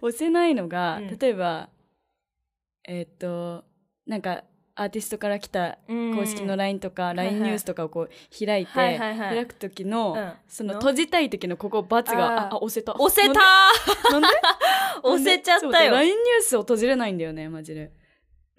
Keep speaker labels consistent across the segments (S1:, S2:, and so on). S1: 押せないのが、
S2: うん
S1: 例えばえーっとなんかアーティストから来た公式の LINE とか、
S2: いはい
S1: LINE ニュースとかをこう開いて、
S2: はいはいはい
S1: 開く時の、
S2: うん
S1: その
S2: の
S1: 閉じたい時のここバツが
S2: あ
S1: あ
S2: ー
S1: あ押せた
S2: 押せた
S1: なんで
S2: 押せちゃっ
S1: なんで
S2: た
S1: そう
S2: よ。
S1: LINE ニュースを閉じれないんだよねマジで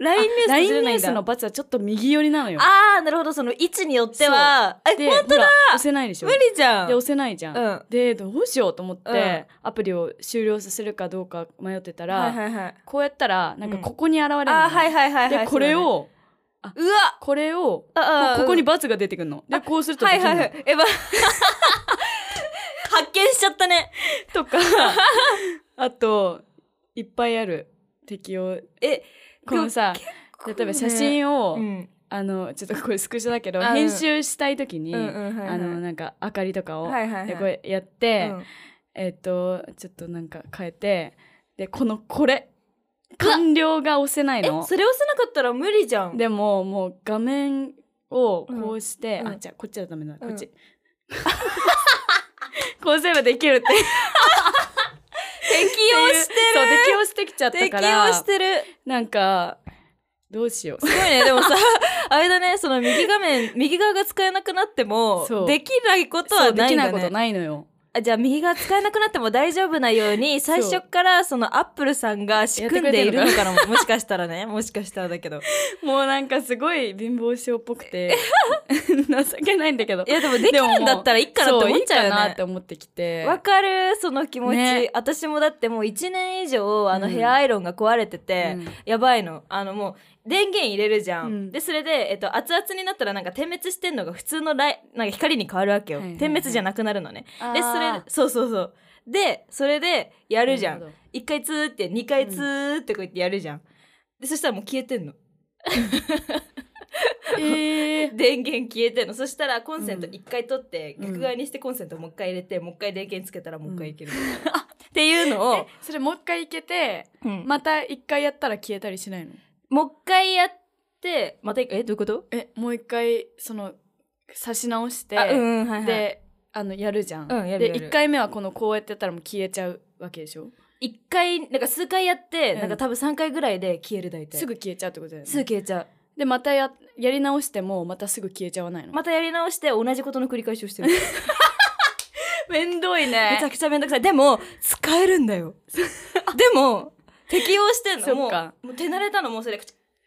S2: LINE ニュース
S1: LINE
S2: じゃ
S1: ニ
S2: な
S1: ュ
S2: い
S1: ー
S2: んだ
S1: スのバツはちょっと右寄りなのよ
S2: あー、なるほど。その位置によっては。え、
S1: で
S2: 本当
S1: ほ
S2: だ
S1: ら押せないでしょ
S2: 無理じゃん。
S1: で押せないじゃん、
S2: うん
S1: でどうしようと思って、
S2: うん
S1: アプリを終了させるかどうか迷ってたら、
S2: はいはいはい。
S1: こうやったらなんか
S2: うん
S1: ここに現れるの、
S2: あー、はいはいはいはい。
S1: でこれ
S2: そう
S1: を、
S2: だね。うわ
S1: これを
S2: ああ
S1: ここにバツが出てくるのでこうするとで
S2: は
S1: き
S2: い
S1: るの、
S2: はいはい。え、ば、 発見しちゃったね。
S1: と かあといっぱいある適用
S2: え、
S1: このさ例えば写真を、
S2: うん、
S1: あのちょっとこれスクショだけど
S2: あうん
S1: 編集したい時に、
S2: うんうんはいはい
S1: あのなんか明かりとかを、
S2: はいはいはい
S1: でこれやって、
S2: うん
S1: えっ、とちょっとなんか変えてでこのこれ完了が押せない
S2: え、
S1: の
S2: それ押せなかったら無理じゃん。
S1: でももう画面をこうして、
S2: うんう
S1: あ
S2: ん
S1: じゃあこっちはダメだこ
S2: うん
S1: っち、 こうすればできるって
S2: 適応して
S1: そう
S2: る
S1: 適応してきちゃった
S2: 適
S1: か
S2: 応
S1: ら
S2: してる
S1: なんかどうしよう
S2: すごいね。でもさ、 あれだね、その右画面、右側が使えなくなっても
S1: そう、
S2: できないこと
S1: そ
S2: は
S1: うで
S2: ない
S1: き
S2: ん
S1: な
S2: だ
S1: いこと
S2: ね。
S1: ないのよ
S2: あじゃあ右側使えなくなっても大丈夫なように、最初からそのアップルさんが仕組んでいるのかなもしかしたらね。もしかしたらだけ ど。
S1: もうなんかすごい貧乏症っぽくて 情けないんだけど
S2: いやでもできるんだったらいいかなって思っちゃ
S1: そ
S2: う
S1: いい
S2: よ
S1: かなっ
S2: ね
S1: て。思ってきて
S2: わかるその気持ち、
S1: ね
S2: 私もだってもう1年以上あの
S1: うん
S2: ヘアアイロンが壊れてて、
S1: うん
S2: やばいのあのもう電源入れるじゃん、
S1: うん
S2: でそれで、えっと、熱々になったらなんか点滅してんのが普通のライなんか光に変わるわけよ、
S1: はいはいはい
S2: 点滅じゃなくなるのね
S1: あー
S2: でそれそうそうそうでそれでやるじゃ
S1: なる
S2: ん
S1: ほど
S2: 1回ツーって2回ツーってこうやってやるじゃん、でそしたらもう消えてんの
S1: えー
S2: 電源消えてんのそしたらコンセント
S1: うん
S2: 1回取って、
S1: うん
S2: 逆側にしてコンセントもう一回入れてもう一回電源つけたらもう一回いけ る、っていうのを
S1: え、それもう一回いけて
S2: うん
S1: また一回やったら消えたりしないの
S2: もう一回やって、また、え、どういうこと
S1: えもう一回その差し直して、
S2: あ、うんうん、はい、はい。で、
S1: であのやるじゃん、
S2: うんやるやる
S1: で1回目はこのこうやってやったらもう消えちゃうわけでしょ
S2: 一回、なんか数回やって、
S1: うん
S2: なんか多分三回ぐらいで消える大体。
S1: す、ぐ消えちゃうってことだよね
S2: すぐ消えちゃ
S1: でまたややり直してもまたすぐ消えちゃわないの、
S2: う。またやり直して、同じことの繰り返しをしてる。め
S1: めんどい
S2: ちゃ
S1: ね
S2: くちゃめんどくさい。で も、使えるんだよ。でも、適用してんの。
S1: そっか
S2: もう、もう手慣れたの、もうそれ。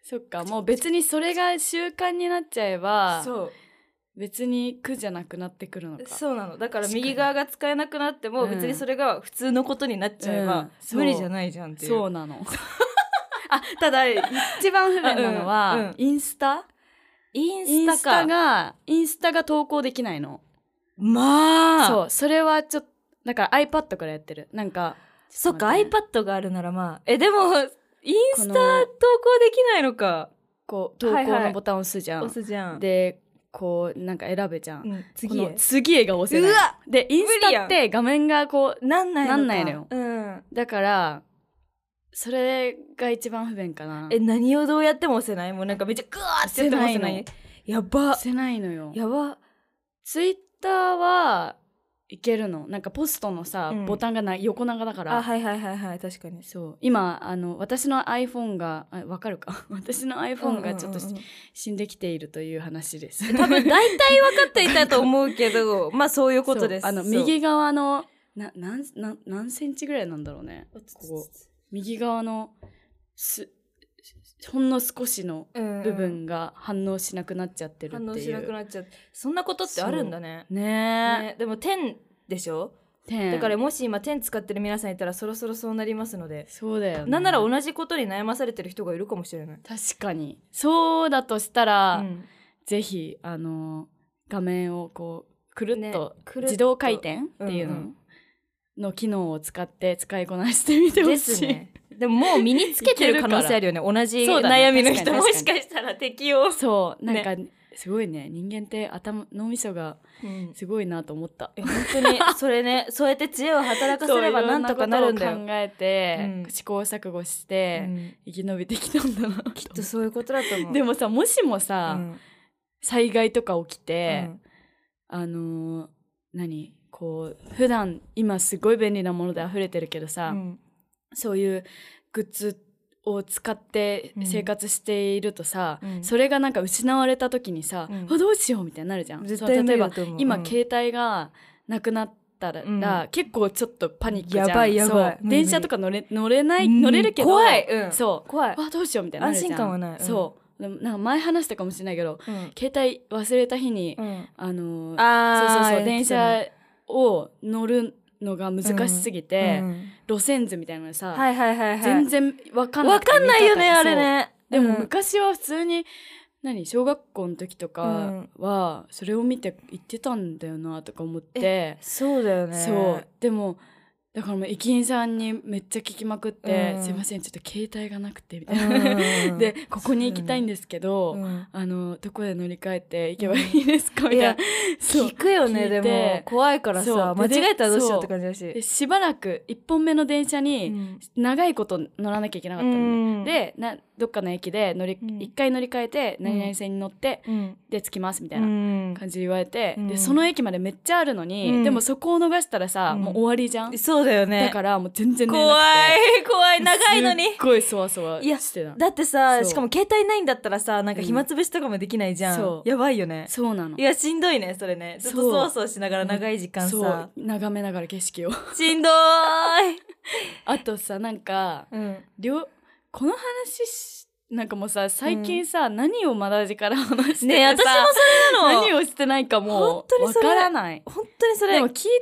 S1: そっかもう別にそれが習慣になっちゃえば
S2: そう。
S1: 別に苦じゃなくなってくるのか
S2: そうなの。だから
S1: 確かに
S2: 右側が使えなくなっても、
S1: うん
S2: 別にそれが普通のことになっちゃえば、
S1: うんそう
S2: 無理じゃないじゃんっていう。
S1: そうな のあただ一番不便なのは、
S2: あうんうん
S1: インスタ
S2: イン
S1: インス
S2: スタか。
S1: タがインスタが投稿できないの
S2: まあ。
S1: そうそれはちょっとだから iPad からやってるなんか
S2: そっか、
S1: 待って
S2: iPad があるならまあ。え、でも、インス
S1: こ
S2: タ投稿
S1: の
S2: できないのか。
S1: こう投
S2: はい
S1: 稿
S2: は
S1: の
S2: い
S1: ボタンを押すじゃん、
S2: 押すじゃん。、
S1: でこうなんか選べじゃん、
S2: うん、
S1: こ
S2: 次
S1: の
S2: へ。
S1: 次へが押せ
S2: う
S1: ない
S2: わ
S1: でインス
S2: 無理
S1: タ
S2: や
S1: っ
S2: ん
S1: て画面がこう
S2: なんないのか。
S1: なんないのよ
S2: うん。
S1: だからそれが一番不便かな
S2: え、何をどうやっても押せないもうなんかめっちゃグワーってやっても押せない。
S1: 押
S2: やば
S1: 押。せないのよ
S2: やば。
S1: ツイッターはいけるのなんかポストのさ、
S2: うん
S1: ボタンがない横長だから
S2: あ、はいはいはいはい、確かに。
S1: そう今あの私の iPhone があわかるか 私の iPhone がちょっと
S2: うんうんうん
S1: 死んできているという話です
S2: 多分大体分かっていたと思うけど、 まあそういうことです。
S1: そうあの
S2: そう
S1: 右側のななんなん何センチぐらいなんだろうねこ右側のすほんの少しの
S2: うんうん
S1: 部分が反応しなくなっちゃってる
S2: 反
S1: っ
S2: 応
S1: て
S2: し
S1: い
S2: なく
S1: う
S2: なっちゃって。そんなことってあるんだね。
S1: ね
S2: ねでも10でしょ
S1: えね
S2: だからもし今10使ってる皆さんいたらそろそろそうなりますので、
S1: そうだよね
S2: なんなら同じことに悩まされてる人がいるかもしれない。
S1: 確かにそうだとしたら、
S2: うん
S1: ぜひあの画面をこうくるっと
S2: ねくるっと
S1: 自動回転っていうの、
S2: うんうん
S1: の機能を使って使いこなしてみてほしい
S2: ですね。でももう身につけてる可能性あるよね。同じ
S1: そうだね
S2: 悩みの人、
S1: 確かに
S2: も
S1: 確
S2: し
S1: か
S2: かしたら適用。
S1: そうなんか、すごいね人間って頭脳みそが
S2: うん
S1: すごいなと思った
S2: え本当にそ れね、そうやって知恵を働かせればなんとかなるんだ
S1: そういろ
S2: よ。
S1: んなことを考えて、
S2: うん
S1: 試行錯誤し
S2: う
S1: て、
S2: ん
S1: 生き延びてきたんだな
S2: きっとそういうことだと思う。
S1: で
S2: も、
S1: もさもしも
S2: う
S1: さ、
S2: ん
S1: 災害とか起きて、
S2: うん
S1: あのー何こう普段今すごい便利なもので溢れてるけどさ、
S2: うん
S1: そういうグッズを使って生活しているとさ、
S2: うん
S1: それがなんか失われた時にさ、
S2: うん
S1: あどうしようみたいになるじゃん。
S2: 絶
S1: そ
S2: 対
S1: う
S2: 無
S1: 例え
S2: 理
S1: ば
S2: だと思う
S1: 今、
S2: うん
S1: 携帯がなくなったら、
S2: うん
S1: 結構ちょっとパニックじゃん。
S2: やばいやばい
S1: そう
S2: 無理無理
S1: 電車とか乗れ乗れない、
S2: うん
S1: 乗れるけど
S2: 怖いうん
S1: そう
S2: 怖い
S1: あどうしようみたいになるじゃん
S2: 安心感はないうん
S1: そうでもなんか前話したかもしれないけど
S2: うん
S1: 携帯忘れた日に、
S2: うん
S1: あのー
S2: あ
S1: そうそう
S2: ーや
S1: そ
S2: っ
S1: う
S2: てたね
S1: 電車を乗るのが難しすぎて、
S2: うん
S1: 路線図みたいなのさ、
S2: はいはいはいはい
S1: 全然わかんない
S2: わかんないよねあれね
S1: でも
S2: うん
S1: 昔は普通に何小学校の時とかはそれを見て行ってたんだよなとか思って、
S2: そうだよね
S1: そうでもだからもう駅員さんにめっちゃ聞きまくって「
S2: うん
S1: すいませんちょっと携帯がなくて」みたいな、
S2: う ん
S1: で「ここに行きたいんですけど、
S2: うん
S1: あのどこで乗り換えて行けばいいですか?」みたいな。 そう
S2: 聞くよね
S1: 聞
S2: で
S1: いて
S2: も怖いから
S1: そ
S2: さ
S1: う
S2: 間
S1: で
S2: 違えたらどうしようって感じだ
S1: で
S2: し
S1: しばらく1本目の電車
S2: う
S1: に
S2: ん
S1: 長いこと乗らなきゃいけなかったのね、
S2: うん
S1: でなどっかの駅で乗り、
S2: うん
S1: 一回乗り換えて何々線に乗って、
S2: うん
S1: で着きますみたいな
S2: うん
S1: 感じで言われて、
S2: うん
S1: でその駅までめっちゃあるのに、
S2: うん
S1: でもそこを逃したらさ、
S2: うん
S1: もう終わりじゃん、
S2: そうだよね
S1: だからもう全然寝 れなくて
S2: 怖い怖い長いのに
S1: すっごいそわそわ
S2: いや
S1: してた
S2: だってさ
S1: そう
S2: しかも携帯ないんだったらさなんか
S1: うん
S2: 暇つぶしとかもできないじゃん
S1: そう
S2: やばいよね
S1: そうなの
S2: いやしんどいねそれねずっと
S1: そう
S2: そわそわしながら長い時間
S1: そう
S2: さ
S1: 眺めながら景色を
S2: しんどーい
S1: あとさなんか
S2: うん
S1: 両この話しなんかもうさ最近さ、何をまだじから話して
S2: ねえ
S1: て
S2: 私も
S1: さ
S2: それなの
S1: 何をしてないかも
S2: 本当
S1: う
S2: に
S1: わ
S2: それ
S1: からない
S2: 本当にそ
S1: で
S2: れ
S1: も聞いてる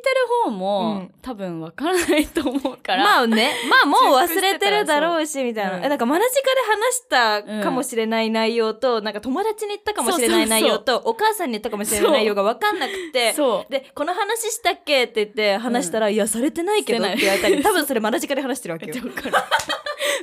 S1: 方も、
S2: うん
S1: 多分わからないと思うから、
S2: まあねまあもう
S1: チェックしてた
S2: 忘
S1: ら
S2: れてるだろうしみたいな、
S1: うん
S2: えなんかマナジカで話したかもしれない内容と、なんか友達に言ったかもしれない内容とお母さんに言ったかもしれない内容が分かんなくて
S1: そう
S2: でこの話したっけって言って話したら、いやされてないけどっ
S1: し
S2: て
S1: て
S2: 言われたり多分それマナジカで話してるわけ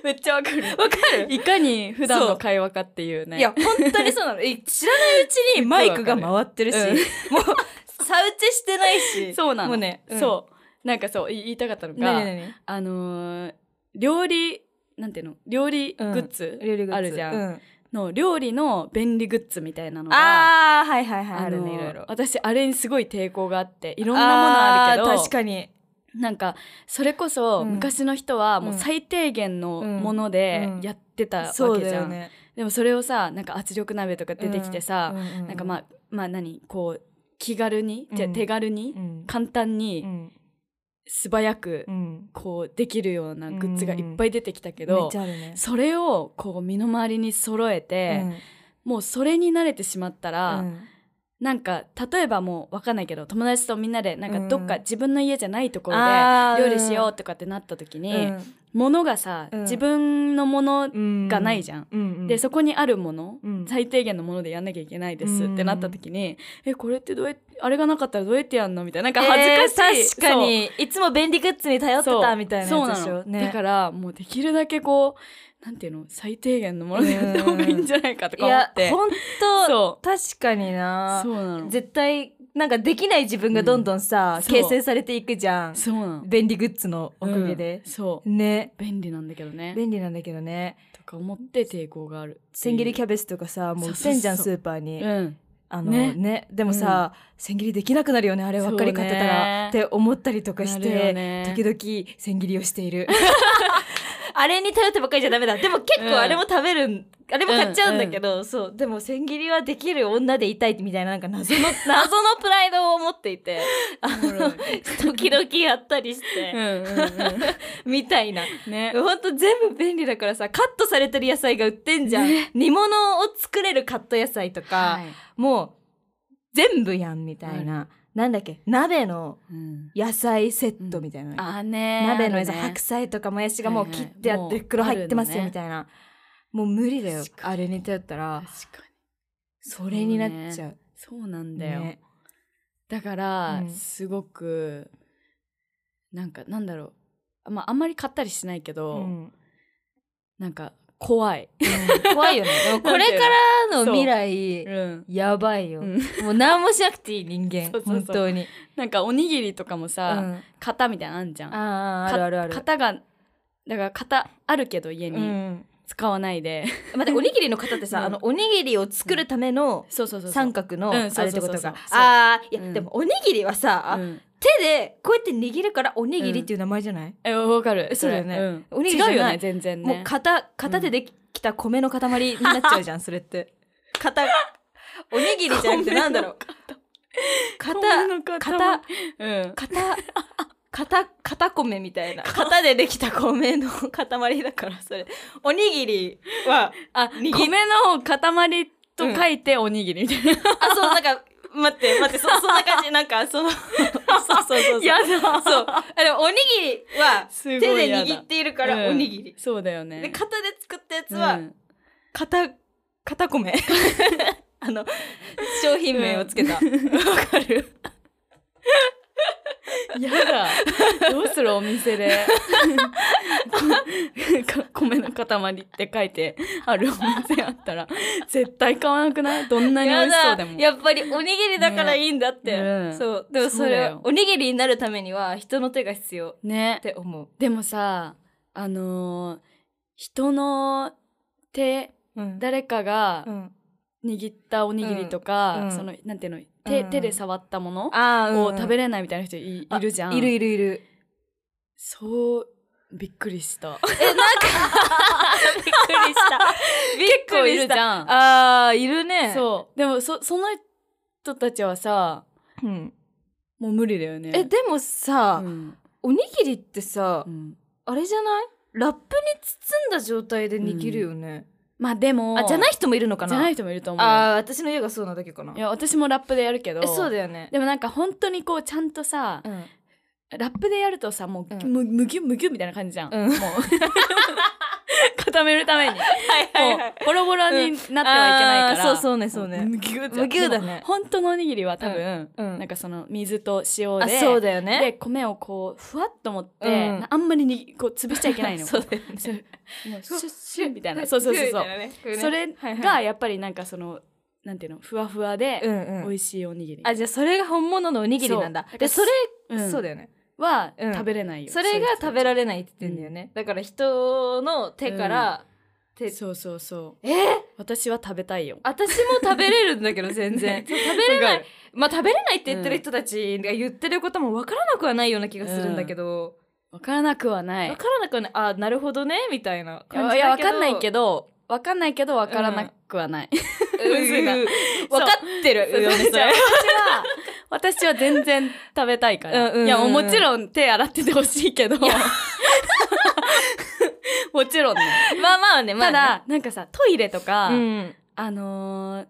S1: めっ
S2: よ
S1: ちゃわかる めっちゃわかる
S2: わかる
S1: いかに普段の会話かっていうね
S2: いや、本当にそうなの。え知らないうちにマイクが回ってるし、
S1: すっごいわ
S2: もう、サウチしてない し。
S1: そうなの
S2: もうね、ん
S1: そうなんかそうい言いたかったのが、
S2: 何々
S1: あのー料理なんていうの料理グッズ、
S2: 料理グッズ
S1: あるじゃん、
S2: うん
S1: の料理の便利グッズみたいなのが
S2: あー、はいはいはい。
S1: の
S2: ある
S1: ー
S2: ね、いろいろ。
S1: 私あれにすごい抵抗があっていろんなものあるけど
S2: ー確かに。
S1: なんかそれこそ
S2: うん
S1: 昔の人はもううん最低限のもので
S2: うん
S1: やってたわけじゃん、
S2: そうだよね。
S1: でもそれをさなんか圧力鍋とか出てきてさ、
S2: ううう
S1: なんかまあまあ何こう気軽にじゃあ
S2: うん
S1: 手軽に、
S2: うん
S1: 簡単に、
S2: うん
S1: 素早く
S2: うん
S1: こうできるようなグッズがいっぱい出てきたけ
S2: めっ
S1: ど、
S2: ちゃあるね。
S1: それをこう身の回りに揃えて、もうそれに慣れてしまったら、なんか例えばもうわかんないけど友達とみんなでなんかどっ
S2: う
S1: か
S2: ん
S1: 自分の家じゃないところ
S2: あー
S1: で料理しようとかってなった時に、
S2: に
S1: 物がさ、
S2: うん
S1: 自分のものがないじ
S2: ゃ
S1: ゃん。
S2: ん
S1: でそこにあるもの、
S2: うん
S1: 最低限のものでやんなきゃいけないです
S2: うん
S1: ってなった時に、えこれってどうやってあれがなかったらどうやってやんのみたいななんか恥
S2: えー
S1: ずかしい、
S2: 確かに。いつも便利グッズに頼って
S1: そう
S2: たみたいなやつでし
S1: そう
S2: ょ。
S1: なのだ
S2: ね
S1: からもうできるだけこうなんていうの最低限のものでやった方がいいんじゃないかと
S2: い
S1: か思
S2: や
S1: っ、て
S2: 本当
S1: そ
S2: 確かに
S1: う
S2: な
S1: そうなの
S2: 絶対なんかできない自分がどんどんさ、
S1: うんそう
S2: 形成されていくじゃん
S1: そうなの
S2: 便利グッズのおかげで
S1: うん、そう
S2: ね
S1: 便利なんだけどね
S2: 便利なんだけどね
S1: とか思って抵抗がある
S2: 千切りキ
S1: ャ
S2: ャベツとかさもう売
S1: そうそ
S2: っ
S1: うそう
S2: てんじゃんスーパーに、
S1: うん
S2: あのね
S1: ね
S2: でもさ、千切りできなくなるよねあればっかり買ってた
S1: そう
S2: ら、
S1: ね
S2: って思ったりとかし
S1: なるよ
S2: て、
S1: ね
S2: 時々千切りをしている あれに頼ってばっかりじゃダメだでも結構あれも食べる、あれも買っちゃうんだけど、そうでも千切りはできる女でいたいみたいななんか 謎の謎のプライドを持っていてあ
S1: おもろ
S2: の
S1: い
S2: 時々やったりして、みたいな
S1: ね
S2: ほんと全部便利だからさカットされてる野菜が売ってんじゃん、煮物を作れるカット野菜とか、
S1: はい
S2: もう全部やんみたいな、なんだっけ鍋の
S1: うん
S2: 野菜セットみたいな、
S1: あーねー
S2: 鍋の野菜、
S1: あるね
S2: 白菜とかもやしがもう切ってあ
S1: は
S2: っ
S1: いは
S2: て
S1: い
S2: 袋入ってます
S1: もうあるの
S2: よ
S1: ね
S2: みたいな、もう無理だよ
S1: 確か
S2: あれに頼ったら
S1: 確かに
S2: それになっちゃう、
S1: そうなんだよ、
S2: ね、
S1: だから、
S2: うん
S1: すごくなんかなんだろうまああんまり買ったりしないけ
S2: う
S1: ど、
S2: ん
S1: なんか怖い、
S2: 怖 いよねでもこれからの未来
S1: ん、
S2: やばいよ、
S1: うん
S2: もう何もしなくていい人間
S1: そうそうそう
S2: 本当に、
S1: なんかおにぎりとかも
S2: う
S1: さ、
S2: ん、
S1: 型みたいなのあんじゃん
S2: あーあ
S1: か
S2: るあるある。
S1: 型がだから型あるけど家
S2: う
S1: に
S2: ん、
S1: 使わない で、
S2: 待っておにぎりの型ってさ、
S1: うん
S2: あのおにぎりを作るための
S1: そうそうそうそう
S2: 三角の
S1: うん
S2: あれってこ
S1: そ
S2: と
S1: うそうそうそう
S2: か。ああいや、
S1: うん
S2: でもおにぎりはさ、
S1: うん
S2: 手でこうやって握るからおにぎりっていう名前じゃない、
S1: えわかる
S2: そうだよね
S1: れん
S2: おにぎりじゃない
S1: 違うよね全然ね
S2: もう片片手できた米の塊になっちゃうじゃん、それって 片おにぎりじゃなくてなんだろう片
S1: 片
S2: 片
S1: うん
S2: 片片片米 みたいな型でできた米の塊だからそれおにぎりは
S1: あ
S2: ぎ
S1: 米の塊と書いておにぎりみたいな、
S2: あそうなんか待って待ってそそ んな感じなんか そのそうそうそうそう
S1: だ
S2: そうあでもおにぎりは
S1: すご
S2: 手
S1: い
S2: で
S1: やだ
S2: 握っているからおにぎり、
S1: そうだよね
S2: で型で作ったや
S1: う
S2: つは
S1: ん
S2: 片片米 あの商品名をつけた、 わかる
S1: やだどうするお店でここ 米の塊って書いてあるお店あったら絶対買わなくないどんなに美
S2: や
S1: 味しそう
S2: だ
S1: でも
S2: やっぱりおにぎりだからいいんだって、
S1: ねうん
S2: そうでもそ
S1: そうだ
S2: れ
S1: よ
S2: おにぎりになるためには人の手が必要っ
S1: ね
S2: て思う、
S1: でもさあのー人の手
S2: うん
S1: 誰かが
S2: うん、
S1: 握ったおにぎりと
S2: うん
S1: か、
S2: うん
S1: そのなんていうの手,、
S2: うん
S1: 手で触ったもの
S2: あ
S1: を食べ
S2: れ
S1: れないみたいな人い,、
S2: あ
S1: いるじゃん
S2: いるいるいる
S1: そうびっくりした
S2: えなんかびっくりしたびっ
S1: 結構
S2: く
S1: い
S2: り
S1: る
S2: し
S1: じ
S2: た
S1: ゃん
S2: あーいるね
S1: そうでもそその人たちはさ
S2: うん、
S1: もう無理だよね
S2: えでもさ、
S1: うん
S2: おにぎりってさ、
S1: うん
S2: あれじゃないラップに包んだ状態で握るよね、
S1: まあでも
S2: あじゃないい人もいるのかな
S1: じゃない人もいると思うよ
S2: あー私の家がそうなだけかない
S1: や私もラップでやるけど
S2: えそうだよね
S1: でもなんか本当にこうちゃんとさ
S2: うん
S1: ラップでやるとさもう、
S2: うん
S1: むむぎゅむぎゅみたいな感じじゃん、
S2: うん
S1: もう 固めるためにも
S2: はい
S1: いうボロボロになってはいけないから、
S2: あーそうそうねそうね
S1: むぎゅ
S2: 無牛だね
S1: 本当のおにぎりは多分、
S2: うんうん
S1: なんかその水と塩
S2: あ
S1: で
S2: そうだよ
S1: で
S2: ね
S1: 米をこうふわっと持って、
S2: うん
S1: あんまりにこう潰しちゃいけないの
S2: そうだよね
S1: そうもうシュッシュッみたいな そう そうそうそう、それが
S2: が
S1: やっぱりなんかそのなんていうのふわふわで
S2: ん
S1: 美味しいおにぎり、
S2: あじゃあそれが本物のおにぎりなんだ
S1: そう
S2: でそれ
S1: うん
S2: そうだよね
S1: は
S2: うん
S1: 食べれないよ、
S2: それが食べられないって言ってんだよねだから人の手から
S1: れ
S2: 手
S1: そうそうそう
S2: えー
S1: 私は食べたいよ
S2: 私も食べれるんだけど 全然そう食べれないまあ食べれないって言ってる人たちが言ってることも分からなくはないような気がするんだけど
S1: わからなくはない
S2: 分からなくはないあなるほどねみたいない感
S1: やい
S2: じだけど
S1: やわかんないけどわかんないけどわからなくは ない、
S2: うん
S1: う
S2: 分かってる
S1: そう
S2: よね
S1: そう
S2: それ
S1: 私は全然食べたいから、
S2: うんうんうん
S1: いやもうもちろん手洗っててほしいけど もちろんね
S2: まあまあねま
S1: た
S2: あね
S1: だなんかさトイレとか、
S2: うん
S1: あのー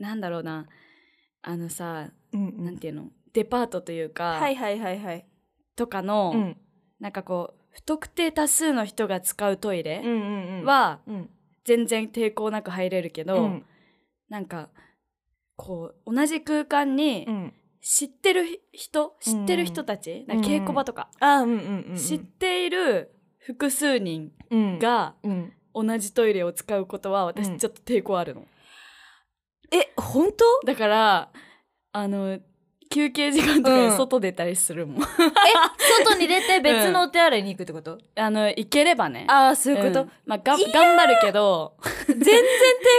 S1: なんだろうなあのさ、
S2: うん
S1: なんていうのデパートというか、
S2: はいはいはいはい
S1: とかの、
S2: うん
S1: なんかこう不特定多数の人が使うトイ
S2: うんう
S1: レ
S2: んうん
S1: は
S2: うん
S1: 全然抵抗なく入れるけど、
S2: うん
S1: なんかこう同じ空間に
S2: うん
S1: 知ってるひ人知ってる人たち、なんか稽古場とか、
S2: あうんうんうんうん
S1: 知っている複数人
S2: うん
S1: が
S2: うん
S1: 同じトイレを使うことは私ちょっと抵抗あるの。
S2: え本当
S1: だからあの休憩時間とか
S2: う
S1: に
S2: ん
S1: 外出たりするもん、
S2: え外に出て別のお手洗いに行くってこと
S1: あの行ければね
S2: ああそういうこ
S1: う
S2: と
S1: んまあがん頑張るけど
S2: 全然抵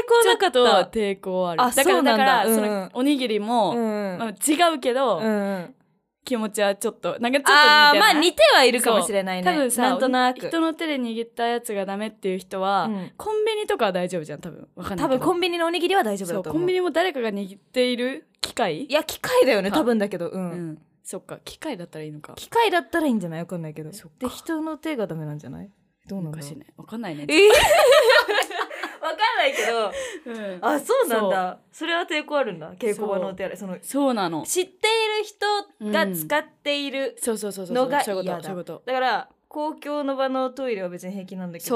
S2: 抗なかっ
S1: ちょ
S2: た
S1: っと抵抗ある
S2: あ
S1: だか
S2: そ
S1: ら
S2: う
S1: だ
S2: なん
S1: か
S2: だ
S1: らそ
S2: うん
S1: のおにぎりも、
S2: うん
S1: まあ、違うけど、
S2: うん
S1: 気持ちはちょっとなん かちょっと似て
S2: あーまあ
S1: ない
S2: 似てはいるかもしれないね
S1: 多分さ
S2: なんとなく
S1: 人の手で握ったやつがダメっていう人は、
S2: うん
S1: コンビニとかは大丈夫じゃん多分わかんない
S2: 多
S1: けど
S2: 分コンビニのおにぎりは大丈夫だと
S1: そうコ
S2: 思う
S1: ンビニも誰かが握っている機械
S2: いや機械だよね
S1: か
S2: 多分だけどう
S1: うんん、そっか機械だったらいいのか
S2: 機械だったらいいんじゃないわかんないけど
S1: そっか
S2: で人の手がダメなんじゃないどうなん
S1: おか
S2: だろ
S1: しいうねわかんないね
S2: えわかんないけど
S1: うん
S2: あそうなんだそれは抵抗あるんだ稽古場のお手洗いその
S1: そうなの
S2: 知っている人が使っている、
S1: そうそうそうそう
S2: のが
S1: そういうこ
S2: 嫌
S1: と
S2: だ
S1: そういうこと
S2: だから公共の場のトイレは別に平気なんだけ
S1: そ
S2: ど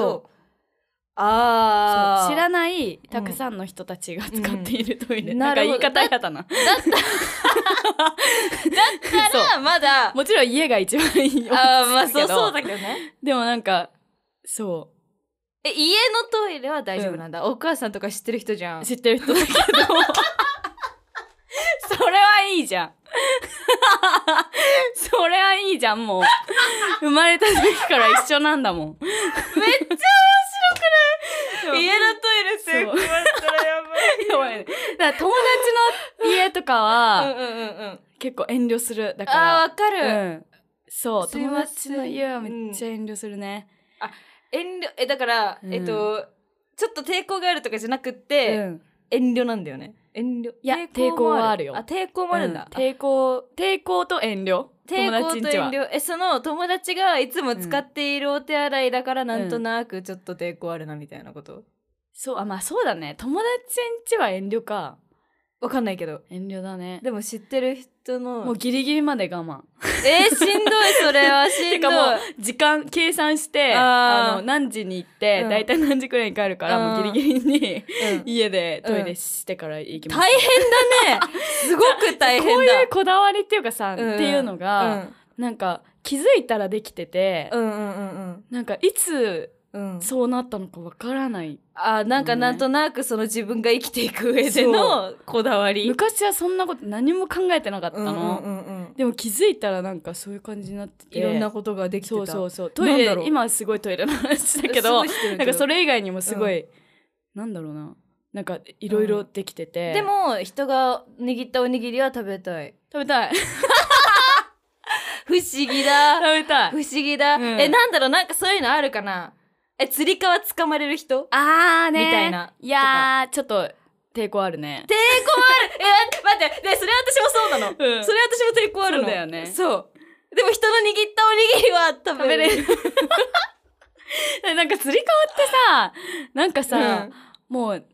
S2: あ
S1: そう
S2: あ
S1: 知らないたくさんの人たちが使っているトイレ、
S2: うん
S1: なんか
S2: なる
S1: 言
S2: ほ
S1: い
S2: ど
S1: 方やだな
S2: だ からまだ
S1: もちろん家が一番いいよ
S2: あーまあ
S1: け
S2: そ
S1: ど
S2: うそうだけどね
S1: でもなんかそ
S2: え家のトイレは大丈夫なんだ、お母さんとか知ってる人じゃん
S1: う知ってる人だけ どそれはいいじ ゃんそれはいいじゃんもう生まれた時から一緒なんだもん
S2: 家のトイレって
S1: そう
S2: 困ったらやばい
S1: 弱いねだから友達の家とか
S2: うん
S1: は
S2: うんうんうん
S1: 結構遠慮するだ
S2: あ
S1: か、
S2: わからる、
S1: うん、そう
S2: すい
S1: 友
S2: ま
S1: 達
S2: せん
S1: の家はめっちゃ遠慮するね、
S2: 遠慮えだから、
S1: うん
S2: えっとちょっと抵抗があるとかじゃなくっ
S1: う
S2: て、
S1: ん、
S2: 遠慮なんだよね遠慮
S1: いや
S2: も
S1: 抵抗はあるよ
S2: あ抵抗もあるんだ、
S1: う抵抗抵抗と遠慮
S2: 抵抗と
S1: 友達ん
S2: 遠
S1: ちは
S2: 慮えその友達がいつも使っているお手洗いだからなんとなくちょっと抵抗あるなみたいなこと
S1: そうあまあそうだね友達んちは遠慮か
S2: わかんないけど
S1: 遠慮だね
S2: でも知ってる人の
S1: もうギリギリまで我慢
S2: えー、しんどいそれ はし
S1: て
S2: んど
S1: か
S2: い
S1: もう時間計算して
S2: あ
S1: あ
S2: ー
S1: の何時に行って、
S2: うん
S1: 大体何時くらいに帰るから、
S2: うん
S1: もうギリギリに
S2: うん
S1: 家でトイレしてから行きます、
S2: 大変だね すごく大変だ
S1: こういうこだわりっていうかさ、
S2: うん
S1: っていうのが、なんか気づいたらできてて、
S2: うんうんうんうん
S1: なんかいつ
S2: うんうん
S1: そうなったのかわからない
S2: あーなんかなんとなくその自分が生きていく上でのこだわり
S1: 昔はそんなこと何も考えてなかったの、
S2: うんうんうんうん
S1: でも気づいたらなんかそういう感じになってて
S2: いろんなことができてた
S1: そうそうそうト
S2: な
S1: イ
S2: んだろう
S1: レ今はすごいトイレの話だけど
S2: すごい知ってるけど
S1: なんかそれ以外にもすごい、なんだろうななんかいろいろできてて、
S2: でも人が握ったおにぎりは食べたい
S1: 食べたい 食
S2: 不思議だ
S1: べた
S2: 不思議だ、
S1: うん
S2: えなんだろうなんかそういうのあるかなえ釣り革捕まれる人
S1: あーね
S2: みたいない
S1: やーちょっと抵抗あるね
S2: 抵抗あるえ待ってでそれ私も そうなの、
S1: うん
S2: それ私も抵抗あるの
S1: そうだよね
S2: そうでも人の握ったおにぎりは食べれる
S1: 食べれる なんかつり革ってさなんかさ、
S2: うん
S1: もう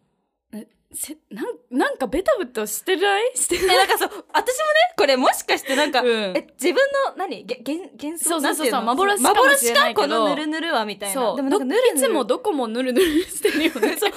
S1: えせなんなんかベタベタしてないして
S2: え
S1: ない
S2: なんかそう私もねこれもしかしてなんか、
S1: うん
S2: え自分の何げ幻幻想
S1: そうそうそうそう
S2: なんていの
S1: 幻かもしれないけど
S2: 幻かこのぬるぬるはみたいな
S1: そう
S2: でもなんかぬるぬる
S1: いつもどこもぬるぬるしてるよ ねそう
S2: えでもさ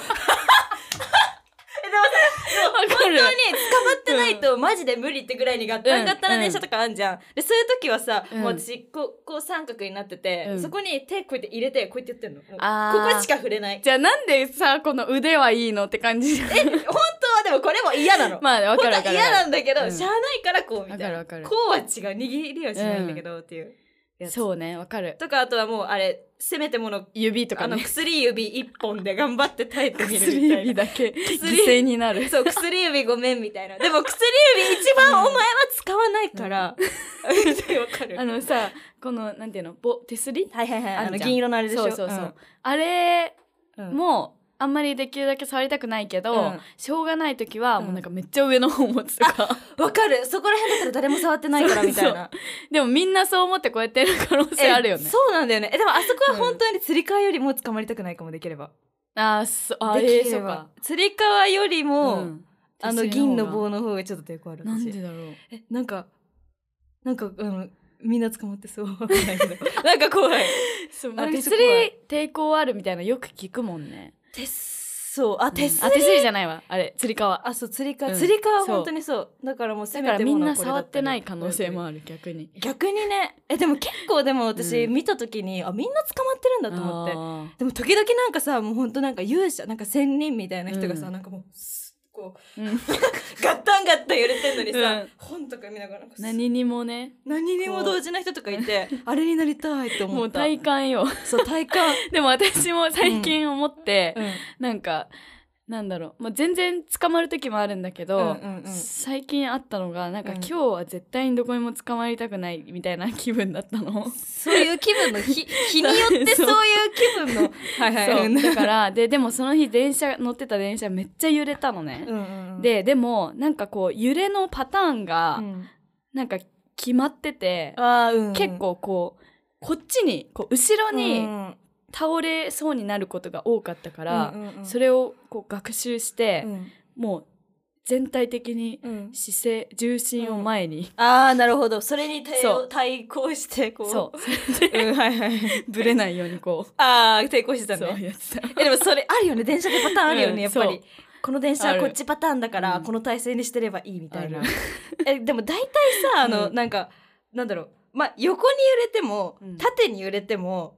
S1: わかる
S2: 本当に捕まってないとマジで無理ってぐらいにガッタンガッタンな電車とかあんじゃん。でそういう時はさ、
S1: うん
S2: もう私こうこう三角になってて、
S1: うん
S2: そこに手こうやって入れてこうやってやってんの。もう
S1: あー
S2: ここしか触れない。
S1: じゃあなんでさこの腕はいいのって感じ
S2: え本当はでもこれも嫌なの。
S1: まあわかる
S2: 本当
S1: わ
S2: は
S1: かる
S2: 嫌なんだけど、
S1: うん
S2: しゃあないからこうみたいな。
S1: わかるわかる
S2: こうは違う握りはしないんだけどっていうやつ。
S1: そうねわかる
S2: とかあとはもうあれせめてもの
S1: 指と
S2: あ
S1: か
S2: の
S1: ね
S2: 薬指一本で頑張って耐えてみる
S1: 薬
S2: みたい
S1: 指
S2: な。
S1: だけ犠
S2: 薬
S1: 牲にな る
S2: そう薬指ごめんみたいなでも薬指一番お前は使わないから、 わかる
S1: あのさこのなんていうのぼ手すり
S2: はいはいはい
S1: あ
S2: あ
S1: る
S2: の
S1: じゃん
S2: 銀色のあれでしょ
S1: そうそうそう、あれ
S2: うんうん
S1: もあんまりできるだけ触りたくないけど、
S2: うん
S1: しょうがない時は
S2: うん
S1: もうなんかめっちゃ上の方持つとか、
S2: わかるそこら辺だったら誰も触ってないからみたいな
S1: でもみんなそう思ってこうやってる可能性あるよね
S2: えそうなんだよねえでもあそこは本当に釣り革よりも捕まりたくないかもできれば、
S1: あーそあー
S2: で
S1: え
S2: き
S1: ー
S2: れ
S1: そう
S2: ば
S1: か、
S2: 釣り革よりも、
S1: ん
S2: あの銀の
S1: 手す
S2: 棒の方がちょっと抵抗ある
S1: りの方がなん
S2: 私
S1: でだろう
S2: えなんかなんかあのみんな捕まって そうわかんないけどなんか怖い
S1: そう、
S2: まあ
S1: まあ、手すり
S2: 手すり
S1: 抵抗あるみたいなよく聞くもんね
S2: 手そうあ手す
S1: うんあ手すりじゃないわあれつり革
S2: あそう釣り革、
S1: うん
S2: 釣り革は本当にそうだからもう
S1: だ
S2: せめ
S1: から
S2: て
S1: み
S2: も
S1: ん
S2: の
S1: な
S2: はこれだ
S1: 触ってない
S2: た
S1: 可
S2: ら
S1: 能性もある逆に
S2: 逆にねえでも結構でも私
S1: うん
S2: 見た時に、あみんな捕まってるんだと思って
S1: 思
S2: でも時々なんかさもう本当なんか勇者なんか仙人みたいな人がさ、
S1: うん
S2: なんかもうスッこ
S1: て、
S2: う
S1: うん、
S2: ガッタンガッタン揺れてんのにさ、
S1: うん
S2: 本とか見ながらなんか
S1: 何にもね
S2: 何にも同時な人とかいて あれになりたいって
S1: も
S2: 思っ
S1: う
S2: た
S1: 体感よ
S2: そう体感、
S1: でも私も最近思って、
S2: うん
S1: なんかなんだろう、まあ、全然捕まる時もあるんだけど、
S2: うんうんうん
S1: 最近あったのがなんか、
S2: うん
S1: 今日は絶対にどこにも捕まりたくないみたいな 気分だったの。
S2: そういう気分の 日日によってそういう気分の はい
S1: そう
S2: うん
S1: だからででもその日電車乗ってた電車めっちゃ揺れたのね。
S2: うんうん、
S1: ででもなんかこう揺れのパターンが、
S2: うん
S1: なんか決まってて、
S2: あーうん
S1: 結構こうこっちにこう後ろ
S2: う
S1: に
S2: んうん
S1: 倒れそうになることが多かったから、
S2: うんうんうん
S1: それをこう学習して、もう全体的に
S2: うん
S1: 姿勢重心を前に、
S2: ああなるほどそれに対
S1: そう
S2: 応対抗してこう
S1: そう
S2: うんはいはい
S1: ぶれないようにこう
S2: ああ抵抗してた
S1: そう
S2: ね
S1: やってた
S2: えでもそれあるよね電車でパターンあるよね、
S1: うん
S2: やっぱ
S1: そう
S2: りこの電車
S1: あ
S2: は
S1: る
S2: こっちパターンだから、
S1: うん
S2: この体勢にしてればいいみたいな
S1: ある
S2: えでも大体さあの、
S1: うん
S2: なんかなんだろうまあ横に揺れても
S1: うん
S2: 縦に揺れても、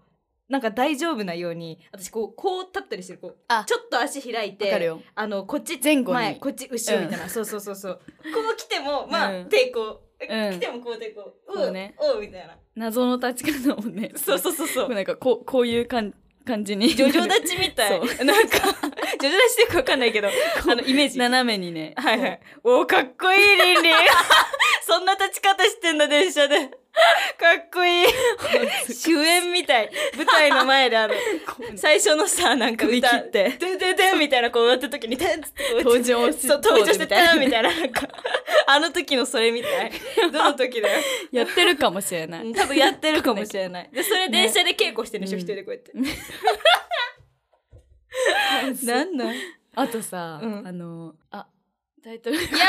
S2: なんか大丈夫なように私こうこう立ったりしてるこう
S1: あ
S2: ちょっと足開い
S1: わかる
S2: て
S1: よ
S2: あのこっち
S1: 前後に
S2: 前こっち後ろみたいな、そうそうそうそうこう来てもまあ、
S1: うん
S2: 抵抗、え
S1: うん
S2: 来てもこう抵抗
S1: そうね
S2: おうおうみたいな
S1: 謎の立ち方だもんね
S2: そうそうそうそ う
S1: なんかこうこういう感感じに
S2: ジョジョ立ちみたい。
S1: そ
S2: なんか、ジョジョ立ちってよくわかんないけど、あの、イメージ。
S1: 斜めにね
S2: はいはい。おー、かっこいい、リンリン。 そんな立ち方してんだ、電車で。かっこいい。主演みたい。舞台の前であの、最初のさ、なんか
S1: 首切
S2: 歌
S1: っ。て
S2: てんてんてんみたいな、こうやった時に、てんっつってこう
S1: 登場し
S2: そう、 登場してた
S1: ポーズ
S2: みたいな、なんか、あの時のそれみたい。どの時だよ。
S1: やってるかもしれない
S2: 多分やってる かもしれない。で、それ電車で稽古してるでしょ、
S1: ね
S2: 一人でこうやって。 なんなんやばい
S1: あとさ、
S2: うん
S1: あのあタイトル
S2: タイ トルコ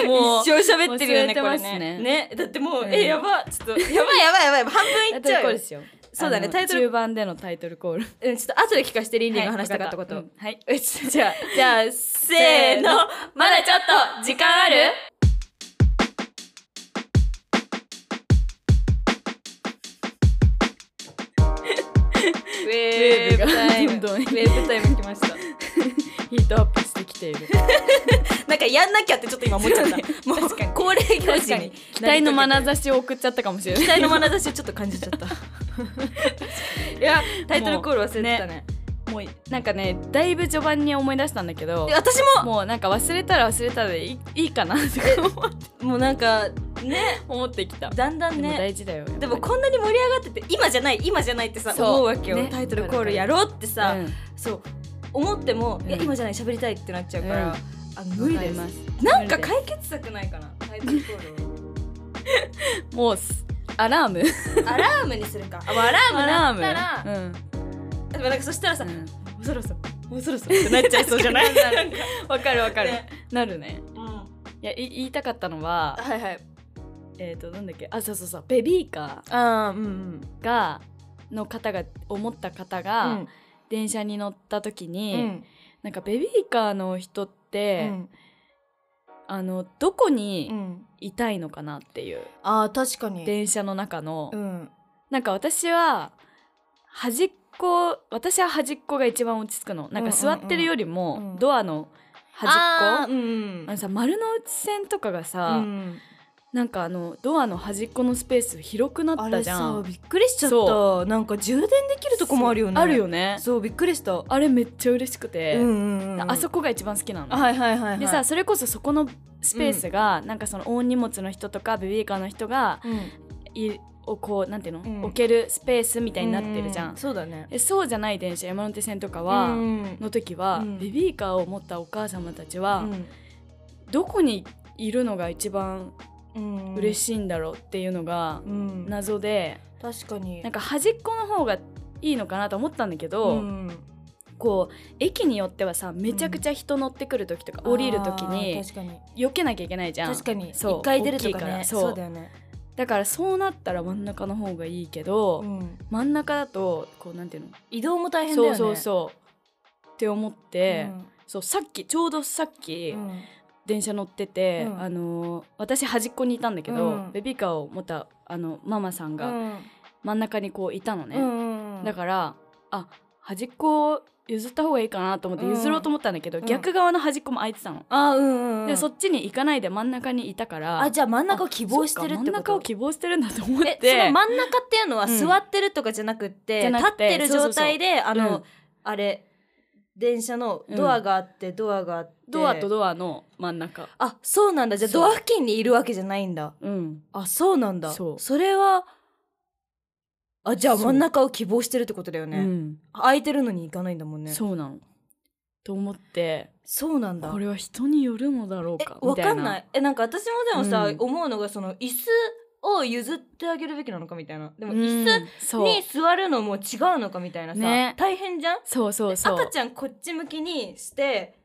S2: ール
S1: もう
S2: 一生喋ってるよね、こ
S1: 忘
S2: れ
S1: れてます
S2: ね。
S1: ね
S2: ね、だってもう、
S1: うん
S2: え、やば、ちょっと、やばいやばいやばい、半分いっちゃうよ。
S1: しよう
S2: そうだね
S1: あの
S2: タイトル
S1: 中盤でのタイトルコール
S2: うん、ちょっと後で聞かせて、リンリンが話したかったこと。
S1: はいわかったうんはいじゃあ
S2: じゃあ、せーの、まだちょっと時間ある ウェーブタイム、ウ
S1: ウェーブがどんどん
S2: ェーブタイム来ました。
S1: ヒートアップしてきてい る
S2: なんかやんなきゃってちょっと今思っち ゃった。もう恒例行事に。
S1: 期待の眼差しを送っちゃったかもしれない
S2: 期待の眼差しをちょっと感じちゃった。 いや、タイトルコール忘れてたね。
S1: もうなんかねだいぶ序盤に思い出したんだけど
S2: いや私も、
S1: もうなんか忘れたら忘れたでいいいいかなとか思って
S2: もうなんか、ね、
S1: 思ってきた。
S2: だんだん
S1: でも
S2: ね、
S1: 大事だよ。
S2: でもこんなに盛り上がってて今じゃない今じゃないってさ
S1: そう
S2: 思うわけよ、
S1: ね
S2: タイトルコールやろうってさ、
S1: うん
S2: そう思っても、いや
S1: うん
S2: 今じゃない喋りたいってなっちゃうから、
S1: うん
S2: あ無理で
S1: わか
S2: す
S1: り
S2: なんか解決策ないかなタイトルコー
S1: ま すもうすアラーム
S2: ルをアラームにするかあまあアラーム
S1: アラーム
S2: だったら、でもなんかそしたらさ、
S1: うん
S2: も うそろそろもうそろそろってなっちゃいそうじゃない
S1: 確
S2: なんか
S1: わかるわかる、
S2: ね
S1: なるね
S2: うん
S1: いやい言いたかったのは
S2: はいはい
S1: えっ、となんだっけあそうそうそうベビーカ
S2: あーうんうん
S1: ーがの方が思った方が、電車に乗った時
S2: う
S1: に、
S2: ん
S1: なんかベビーカーの人っ
S2: う
S1: て、
S2: ん
S1: あのどこ
S2: う
S1: に
S2: ん
S1: いたいのかなっていう、
S2: あー確かに
S1: 電車の中の、
S2: うん
S1: なんか私は端っこ私は端っこが一番落ち着くのなんか座ってるよりも、
S2: うんうんうん
S1: ドアの端っ
S2: あー
S1: こ
S2: うん
S1: あのさ丸の内線とかが
S2: う
S1: さ、
S2: ん
S1: なんかあのドアの端っこのスペース広くな
S2: あ
S1: った
S2: れ
S1: じゃ
S2: さ
S1: ん
S2: びっくりしちゃった
S1: そ
S2: なんか充電できるとこもあるよね
S1: あるよね
S2: そうびっくりした
S1: あれめっちゃ嬉しくて、
S2: ん
S1: あそ
S2: こ
S1: こが一番好きなの、
S2: はいはいはいはい
S1: でさそれこそそこのスペースが、なんかその大荷物の人とかベビーカーの人が
S2: うん
S1: いをこうなんていうの、
S2: うん
S1: 置けるスペースみたいになってるじゃん、
S2: うそうだね
S1: でそうじゃない電車山手線とかは、
S2: うん
S1: の時は、
S2: うん
S1: ベビーカーを持ったお母様たちは、
S2: うん
S1: どこにいるのが一番
S2: うん
S1: 嬉
S2: し
S1: しいんだろうっていうのが
S2: うん
S1: 謎で、
S2: 確かに
S1: なん
S2: ん
S1: か
S2: か
S1: 端っこの方がいいのかなと思ったんだけど、こう駅によってはさめちゃくちゃ人乗ってくる時とか、降りる時に
S2: 確かに
S1: 避けなきゃいけないじゃん
S2: 確かに
S1: そう
S2: 一回出るとか
S1: 大きいか
S2: ね
S1: らそう
S2: そうだよね
S1: だからそうなったら真ん中の方がいいけど、
S2: うん
S1: 真ん中だとこうなんていうの、
S2: 移動も大変だよ
S1: そ
S2: ね
S1: うそう
S2: う
S1: そうって思っ
S2: で
S1: て、そうさっきちょうどさっき、
S2: うん
S1: 電車乗ってて、
S2: うん
S1: あのー私端っこにいたんだけど、
S2: うん
S1: ベビーカーを持ったあのママさん
S2: う
S1: が
S2: ん
S1: 真ん中にこういたのね、
S2: うん
S1: だからあ端っこを譲った方がいいかなと思って
S2: うん
S1: 譲ろうと思ったんだけど、
S2: うん
S1: 逆側の端っこも空いてたの、
S2: あーうんうん
S1: でそっちに行かないで真ん中にいたから
S2: あじゃあ真ん中を希望してる
S1: そ
S2: ってこ
S1: っか
S2: と
S1: 真ん中を希望してるんだと思っ
S2: え
S1: て
S2: その真ん中っていうのは
S1: うん
S2: 座ってるとかじゃなくって,、
S1: じゃな
S2: 立っ
S1: くて
S2: てる状態であの、
S1: うん
S2: あれ電車のドアがあって、ドアがあって
S1: ドアとドアの真ん中
S2: あそうなんだじゃあ
S1: そう
S2: ドア付近にいるわけじゃないんだ
S1: うん
S2: あそうなんだ
S1: そう
S2: れはあじゃあ
S1: そう
S2: 真ん中を希望してるってことだよね、
S1: うん
S2: 空いてるのに行かないんだもんねそ
S1: そうなのと思って
S2: うなんだ
S1: これは人によるのだろう
S2: え
S1: か
S2: わ
S1: みたいな
S2: かんないえなんか私もでもさ、
S1: うん
S2: 思うのがその椅子を譲ってあげるべきなのかみたいなでも
S1: うん
S2: 椅子
S1: そう
S2: に座るのも違うのかみたいなさ、
S1: ね
S2: 大変じゃん
S1: そうそうそう
S2: 赤ちゃんこっち向きにして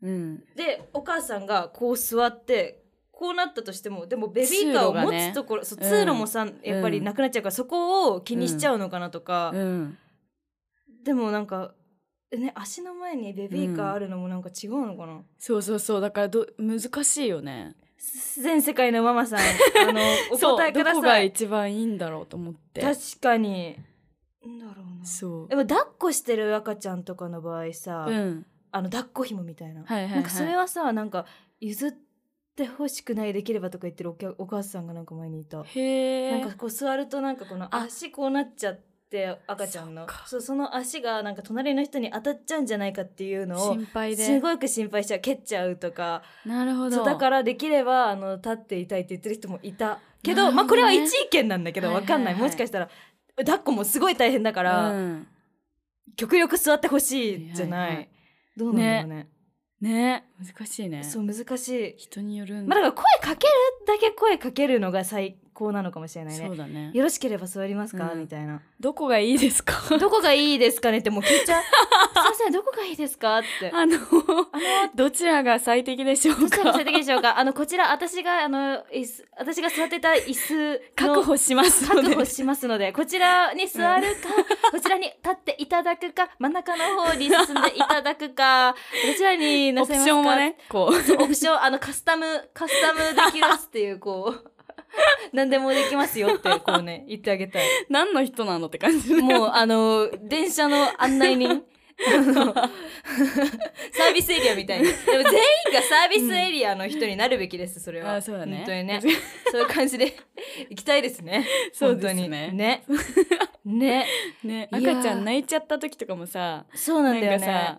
S1: うん、
S2: でお母さんがこう座ってこうなったとしてもでもベビーカー
S1: 通路
S2: を
S1: が
S2: 持
S1: ね
S2: つところそう
S1: うん
S2: 通路もさ、やっぱりなくなっちゃうからそこを気にしちゃうのかなとか、
S1: うん、
S2: でもなんか、ね、足の前にベビーカーあるのもなんか違うのかな、
S1: そうそうそうだからど難しいよね
S2: す全世界のマ マさんあのお
S1: そう
S2: 答えくだ
S1: どこが
S2: さい
S1: 一番いいんだろうと思って
S2: 確かになんだろうな
S1: そう
S2: でも抱っこしてる赤ちゃんとかの場合さ、
S1: うん
S2: あの抱っこ紐みたいな、
S1: はいはいはい
S2: なんかそれはさなんか譲っってほしくないできればとか言ってるお客お母さんがなんか前にいた
S1: へ
S2: な
S1: え
S2: んかこう座るとなんかこの
S1: あ
S2: 足こうなっちゃって赤ちゃんの
S1: そっか
S2: そうその足がなんか隣の人に当たっちゃうんじゃないかっていうのを
S1: 心配です
S2: ごく心配しちゃう蹴っちゃうとか
S1: なるほ
S2: そ
S1: ど
S2: うだからできればあの立っていたいって言ってる人もいたけど
S1: なるほどね
S2: まあこれは一意見なんだけど
S1: はいは
S2: わ
S1: い
S2: かんない,、
S1: はい
S2: もしかしたら抱っこもすごい大変だから、
S1: うん
S2: 極力座ってほしいじゃない、
S1: はいはいはい
S2: どうなんだろうね
S1: ね難しいね
S2: そう難しい、
S1: 人によるん
S2: まあ、だから声かけるだけ声かけるのが最高なのかもしれないね
S1: そうだね
S2: よろしければ座りますか、
S1: うん
S2: みたいな
S1: どこがいいですか
S2: どこがいいですかねってもう聞いちゃう。すいません、どこがいいですかって。
S1: あのどちらが最適でしょ
S2: ど
S1: う
S2: ちら
S1: か
S2: が最適でしょうか。あの、こちら、私が、あの、椅子、私が座ってた椅子の
S1: 確保しますの
S2: 確
S1: で
S2: 保しますので、こちらに座るか、こちらに立っていただくか、真ん中の方に進んでいただく か、どちらにな
S1: オ
S2: さ
S1: プ
S2: います
S1: シ
S2: か。
S1: ョンも。ねこう
S2: オプション、あの、カスタム、カスタムできますっていう、こう。 何でもできますよってこうね言ってあげたい
S1: 何の人なのって感じね
S2: もうあの電車の案内人あの サービスエリアみたいにでも全員がサービスエリアの人になるべきですそれは、
S1: あそうだね
S2: 本当にねそういう感じで行きたいですね
S1: そうですね
S2: 本当にねね
S1: ね
S2: いやー
S1: 赤ちゃん泣いちゃった時とかもさ
S2: そうなんだ
S1: な
S2: よ
S1: んかさ
S2: ね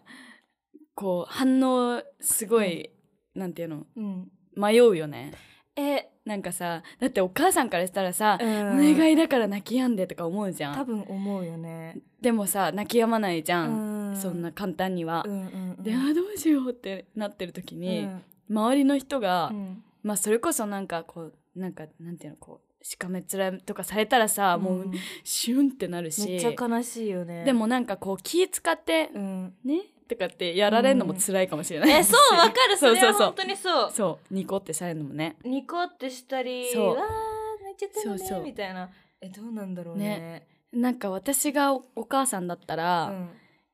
S1: こう反応すごい、なんていうの
S2: うん
S1: 迷うよね
S2: え、
S1: なんかさだってお母さんからしたらさ、
S2: うん
S1: お願いだから泣き止んでとか思うじゃ
S2: 多
S1: ん
S2: 分思うよね
S1: でもさ泣き止まないじゃん、
S2: う
S1: そんな簡単には
S2: う、んうんうん
S1: であーどうしようってなってる時
S2: う
S1: に、
S2: ん
S1: 周りの人が、
S2: うん
S1: まあそれこそなんかこうなんかなんていうのこうしかめっ面とかされたらさ、もうんシュンってなるし
S2: めっちゃ悲しいよね
S1: でもなんかこう気使って
S2: う、ん
S1: ねとかってやられるのも辛いかもしれない、
S2: えそうわかるそ
S1: そう
S2: れ
S1: そう
S2: は
S1: そう
S2: 本当にそう
S1: そうニコってされるのもね
S2: ニコってしたり
S1: そう
S2: わー泣いちゃったのね
S1: そうそう
S2: みたいなえどうなんだろうね
S1: なんか私がおお母さんだったら、
S2: うん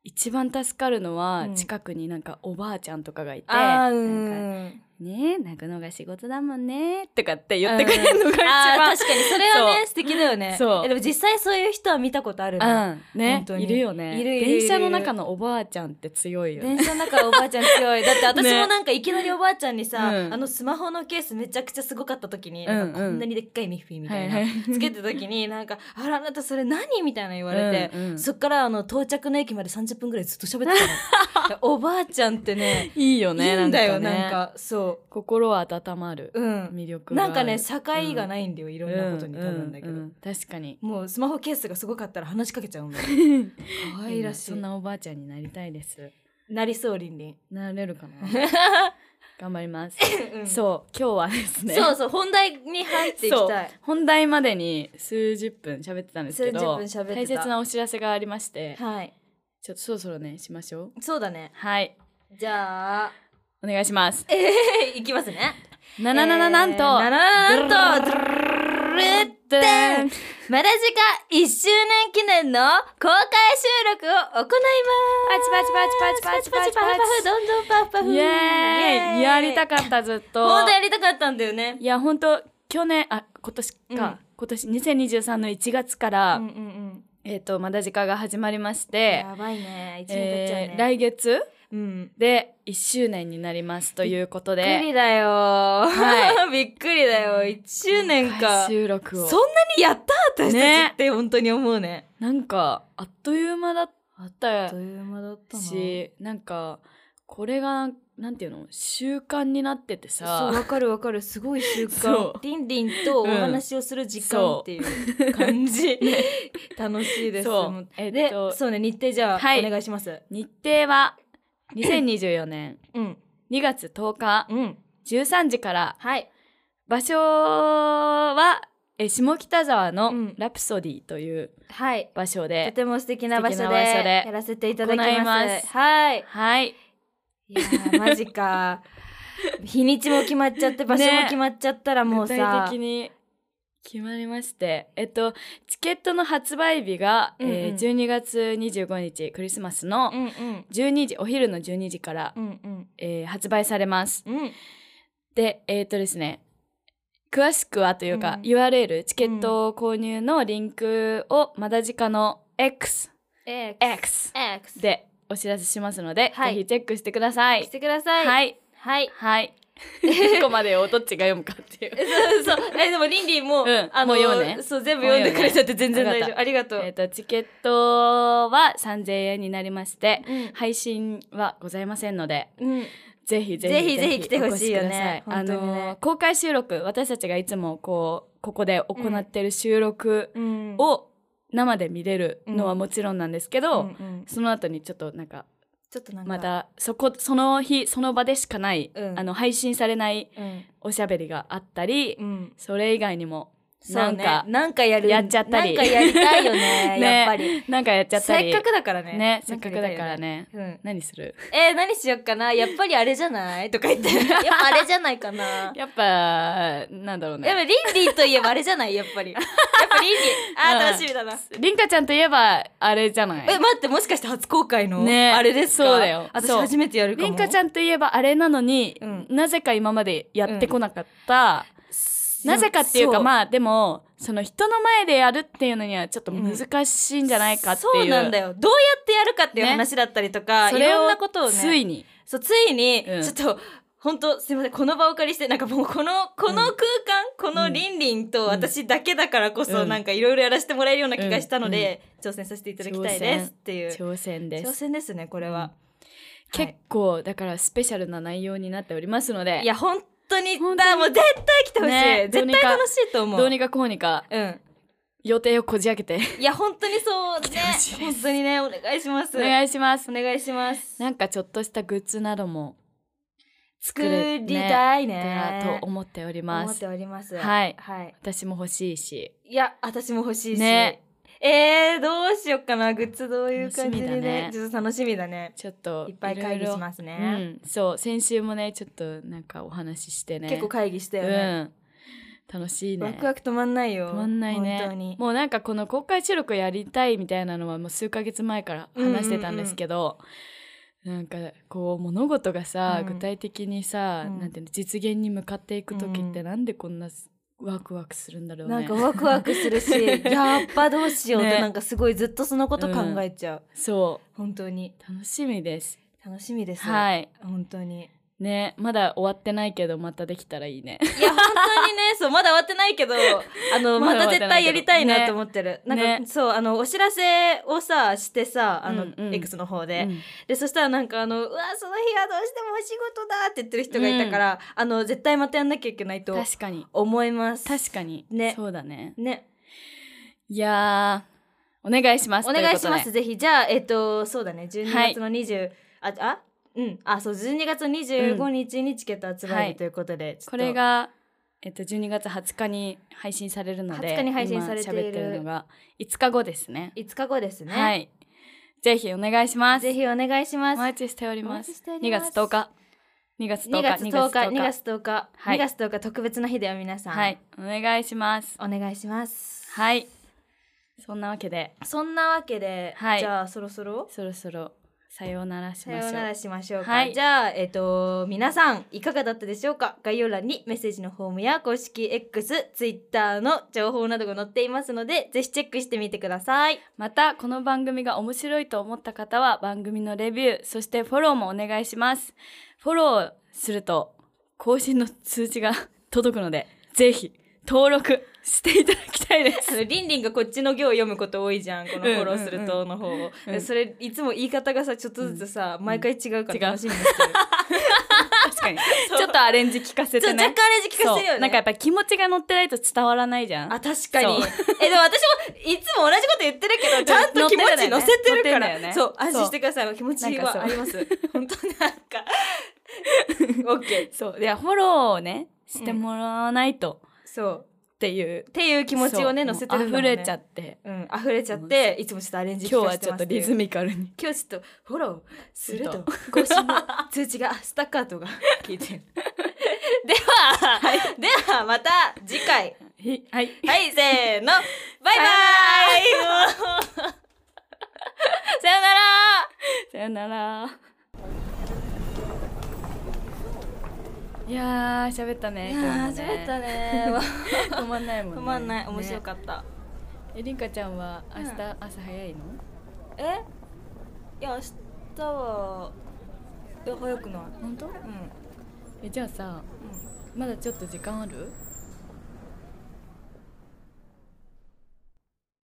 S1: 一番助かるのは
S2: うん
S1: 近くになんかおばあちゃんとかがいて「
S2: あーう
S1: なんか
S2: ん
S1: ねえ泣くのが仕事だもんね」とかって言ってくれるのが一
S2: あ
S1: 番
S2: ー確かにそれは
S1: そう
S2: ね素敵だよね
S1: そう
S2: えでも実際 そういう人は見たことあるの
S1: うん、ね
S2: 本当に
S1: いるよね
S2: いるいるいる
S1: 電車の中のおばあちゃんって強いよね
S2: 電車の中おばあちゃん 強いだって私
S1: ね
S2: もなんかいきなりおばあちゃんにさ、
S1: うん
S2: あのスマホのケースめちゃくちゃすごかった時に、
S1: うんうん
S2: なんかこんなにでっかいミッフィーみたいな、
S1: はいはい
S2: つけた時になんか「あらあなたそれ何?」みたいな言われて、
S1: うんうん
S2: そっからあの到着の駅まで30分ぐらいずっと喋って たのおばあちゃんってね
S1: いいよね
S2: いいんだよ
S1: ね
S2: なんかそ
S1: 心は温まる
S2: ううん
S1: 魅力があ
S2: な
S1: る
S2: んかね境がないんだよいろんなことに多分だけど
S1: うんうんうん確かに
S2: もうスマホケースがすごかったら話しかけちゃうん だよ可愛らし
S1: そ
S2: い
S1: んなおばあちゃんになりたいです
S2: なりそうりんりん
S1: なれるかな 頑張ります
S2: うん
S1: そう今日はですね
S2: そうそう本題に入っていきたい
S1: 本題までに数十分喋ってたんですけど
S2: 数十分喋って
S1: 大
S2: た
S1: 切なお知らせがありまして
S2: はい
S1: ちょっとそろそろねしましょう
S2: そうだね
S1: はい
S2: じゃあ
S1: お願いします
S2: え ー、いきますね
S1: なななななんと、
S2: えーなななん
S1: ド
S2: と
S1: ゥ
S2: で
S1: ーン
S2: んマラジカ1周年記念の公開収録を行います
S1: パチパチパチパチパチパチ
S2: パフどんどんパフパフ
S1: イエーイやりた
S2: か
S1: かったずっと
S2: 本当やりたかったんだよね
S1: いや本当去年あ今年か、
S2: うん
S1: 今年2023の1月から、
S2: うんうん
S1: えっ、とまだ時間が始まりまし
S2: うん、
S1: て
S2: やばいね一年経っちゃうね
S1: え、ー来月
S2: うん
S1: で1周年になりますということ
S2: びっく
S1: で
S2: りだよ、
S1: は
S2: びっくりだよ1周年か
S1: 公開収録を
S2: そんなにやった私たち
S1: ね
S2: って本当に思うね
S1: なんかあっという間だった
S2: いう間だった
S1: しなんかこれがなんていうの習慣になってて
S2: そう
S1: さ
S2: わかるわかるすごい習
S1: そ
S2: 慣
S1: う
S2: りんりんとお話をする時間っていう 感じ、楽しいです
S1: そう
S2: もう
S1: えっ
S2: で、
S1: と
S2: そうね日程じゃあ、
S1: はい
S2: お願いします
S1: 日程 は2024年
S2: うん
S1: 2月10日
S2: うん
S1: 13時から
S2: はい
S1: 場所はえ下北沢
S2: う
S1: の
S2: ん
S1: ラプソディという
S2: はい
S1: 場所
S2: と
S1: で、
S2: ても素敵な場所で
S1: 素敵な場所で
S2: やらせていただきま
S1: 行
S2: す
S1: います
S2: はい
S1: はい
S2: いやーマジ か日にちも決まっちゃって場所も決まっちゃったらもう
S1: 具体
S2: さ、
S1: 的に決まりましてえっとチケットの発売日が、
S2: うんうん
S1: えー12月25日クリスマスの
S2: うんうん
S1: 12時お昼の12時から、
S2: うんうん
S1: えー発売されます
S2: うん
S1: でえっとですね詳しくはというか、
S2: うん
S1: URL チケット購入のリンクをまだじかの X
S2: X
S1: X
S2: X
S1: でお知らせしますので、
S2: はい
S1: ぜひチェックしてください
S2: してください
S1: はい
S2: はい
S1: はい1個までをどっちが読むかっていう
S2: そうそうえでもリンリンも、
S1: うん
S2: あ
S1: も
S2: の
S1: う読むね
S2: そう全部読んでくれちゃって全然大
S1: わか
S2: 丈
S1: っ
S2: 夫ありがとう、
S1: えっとチケットは3000円になりまして
S2: うん
S1: 配信はございませんので
S2: うん
S1: ぜひぜひ
S2: ぜひぜひ来てほしいよね
S1: お越しくださいあ
S2: 本当にね
S1: の公開収録私たちがいつもこうここで行ってる収録
S2: うん
S1: を生で見れるのはもちろんなんですけど、
S2: うんうん
S1: その後にちょっとなんか
S2: ちょっとなんか
S1: またそこその日その場でしかない、
S2: うん
S1: あの配信されない
S2: うん
S1: おしゃべりがあったり、
S2: うん
S1: それ以外にも
S2: そ
S1: な
S2: うね
S1: んか
S2: なんかやる
S1: やっちゃったり
S2: なんかやりたいよね
S1: ね
S2: やっぱり
S1: なんかやっちゃった
S2: せ
S1: り
S2: っかくだからね
S1: ねせっかくだからね
S2: なんかやりたいよねうん
S1: 何す る
S2: えー、何しよっかなやっぱりあれじゃないとか 言ってやっぱあれじゃないかな
S1: やっぱなんだろう
S2: やっぱ
S1: ね
S2: りリンリンといえばあれじゃないやっぱりやっぱリンリン あ
S1: うん
S2: ー楽しみだな、
S1: りんかちゃんといえばあれじゃない
S2: え待ってもしかして初公開の、
S1: ね
S2: あれですか
S1: そうだよ
S2: 私
S1: そう
S2: 初めてやるかも
S1: りんかち
S2: ゃん
S1: ゃんといえばあれなのに、
S2: うん
S1: なぜか今までやってこなかった、なぜかっていうか
S2: あ
S1: まあでもその人の前でやるっていうのにはちょっと難しいんじゃないかっていう、
S2: そうなんだよどうやってやるかっていう話だったりとか、
S1: そ
S2: い
S1: れを
S2: ろんなことをね
S1: ついに
S2: そうついに、
S1: うん
S2: ちょっと本当すみませんこの場をお借りしてなんかもうこのこの空間、このりんりんと私だけだからこそ、
S1: うん
S2: なんかいろいろやらせてもらえるような気がしたので、挑戦させていただきたいですっていう挑
S1: 挑戦
S2: 戦
S1: です
S2: ですねこれは、
S1: 結構だからスペシャルな内容になっておりますので
S2: いや本当に
S1: 本当に
S2: だもう絶対来てほしい、
S1: ね
S2: 絶対楽しいと思う
S1: どうにかこうにか
S2: うん
S1: 予定をこじ開けて
S2: いや本当にそうね
S1: てほしいで
S2: 本
S1: す
S2: 当にねお願いします
S1: お願いします
S2: お願いします
S1: なんかちょっとしたグッズなども
S2: 作りたい
S1: だ
S2: ね
S1: と思っておりま
S2: 思っ
S1: す
S2: ております
S1: はい
S2: はい
S1: 私も欲しいし
S2: いや、私も欲しいし。
S1: ね
S2: えー、どうしよっかな、グッズどういう感じで
S1: 楽しみだ
S2: ね
S1: ね。
S2: ちょっと楽しみだね。
S1: ちょっと
S2: いっぱい会議し
S1: す
S2: ますね。
S1: うん、そう先週もねちょっとなんかお話ししてね
S2: 結構会議したよ
S1: う
S2: ね。
S1: ん楽しいね
S2: ワクワク止まんないよ。
S1: 止まんないね
S2: 本当に。
S1: もうなんかこの公開収録やりたいみたいなのはもう数ヶ月前から話してたんですけど、なんかこう物事がさ、
S2: うん
S1: 具体的にさ、
S2: うん
S1: なんていうの実現に向かっていく時っ
S2: う
S1: て
S2: ん
S1: なんでこんなワクワクするんだろうね。
S2: なんかワクワクするし、 やっぱどうしようって、
S1: ね
S2: なんかすごいずっとそのこと考えちゃう。
S1: そ
S2: 本当に。
S1: う楽しみです。
S2: 楽しみです。
S1: はい
S2: 本当に。
S1: ねまだ終わってないけどまたできたらいいね。
S2: いや、本当にね、そう、まだ終わってない けど、あの、ま
S1: まだ終
S2: た
S1: わってないけど
S2: 絶対やりたいなと思ってる。
S1: ね
S2: なんか、
S1: ね
S2: そう、あの、お知らせをさ、してさ、あの、
S1: うんうん
S2: X の方で、
S1: うん
S2: でそしたらなんかあの「うわその日はどうしてもお仕事だ」って言ってる人がいたから、あの絶対またやんなきゃいけないと
S1: 確かに
S2: 思います。
S1: 確かに、
S2: ね
S1: そうだね。
S2: ね、
S1: いやーお願いします
S2: お願いし
S1: と
S2: ます
S1: うこ
S2: ぜひじゃあえっとそうだね12
S1: はい
S2: 月の20、ああうんあそう12月25日にチケット発売
S1: は
S2: 日
S1: い
S2: ということで、ちょっと
S1: とでこれがえっと12月20日に配信されるので
S2: 20日に配信されている
S1: 今喋ってるのが5日後ですね
S2: 5日後ですね。
S1: はいぜひお願いします
S2: ぜひお願いしま
S1: お
S2: す。
S1: 待ちしており
S2: お
S1: ま
S2: 待
S1: す
S2: ちしてお
S1: 2
S2: ります
S1: 月10日2月10
S2: 2
S1: 日
S2: 月10日2月10日
S1: はい
S2: 2月10日特別な日だよ皆さん。
S1: はいお願いします
S2: お願いします。
S1: はいそんなわけで
S2: そんなわけで、
S1: はい
S2: じゃあそろそろ
S1: そろそろさようならし
S2: さ
S1: ましょ
S2: よ
S1: う
S2: うならしましょうか、
S1: はい
S2: じゃあえっ、と皆さんいかがだったでしょうか概要欄にメッセージのフォームや公式 X ツイッターの情報などが載っていますのでぜひチェックしてみてください
S1: またこの番組が面白いと思った方は番組のレビューそしてフォローもお願いしますフォローすると更新の通知が届くのでぜひ登録していただきたいで
S2: あ
S1: す
S2: のりんりんがこっちの行を読むこと多いじゃんこのフォローするとの方を、
S1: うんうん
S2: それいつも言い方がさちょっとずつさ、毎回 違うか
S1: 違う
S2: ら楽しみにしてる
S1: 確かにちょっとアレンジ聞かせ
S2: ちょ
S1: て
S2: っと若
S1: ね
S2: 干あれ時聞かせ
S1: そ
S2: てるよね
S1: うなんかやっぱ気持ちが乗ってないと伝わらないじゃん
S2: あ確か
S1: そ
S2: に えでも
S1: う
S2: 私もいつも同じこと言ってるけ どちゃんと気持ち乗せてるから
S1: 乗ってんだよね
S2: そう安心してください気持ち
S1: なんかそ
S2: は
S1: う
S2: あります 本当なんかオッケー
S1: そういやフォローをねしてもらわないと
S2: そう
S1: っていう
S2: っ、ていう気持ちをね
S1: そ
S2: 乗
S1: う
S2: せてるんだ
S1: も
S2: も
S1: うん
S2: ね
S1: 溢れちゃって
S2: うん溢れちゃっていつもちょっとアレンジ
S1: 今日
S2: 聞か
S1: は
S2: せて
S1: ちょっ
S2: ます
S1: と
S2: ってい
S1: リ
S2: う
S1: ズミカルに
S2: 今日ちょっとフォローする
S1: する
S2: と更新 の通知がスタッカートが聞いてるでは、ではまた次回
S1: はい
S2: はいせーのバイバイさよなら
S1: さよなら。いやー、喋ったね。
S2: いやー喋ったね
S1: た。止まんない もん、ね。
S2: 止まんない面白
S1: っ
S2: かった、
S1: た。え、りんかちゃんは明
S2: う
S1: 日
S2: ん
S1: 朝早いの。
S2: えいや明日はえ早くない
S1: 本当。
S2: うん
S1: えじゃあさまだちょっと時間ある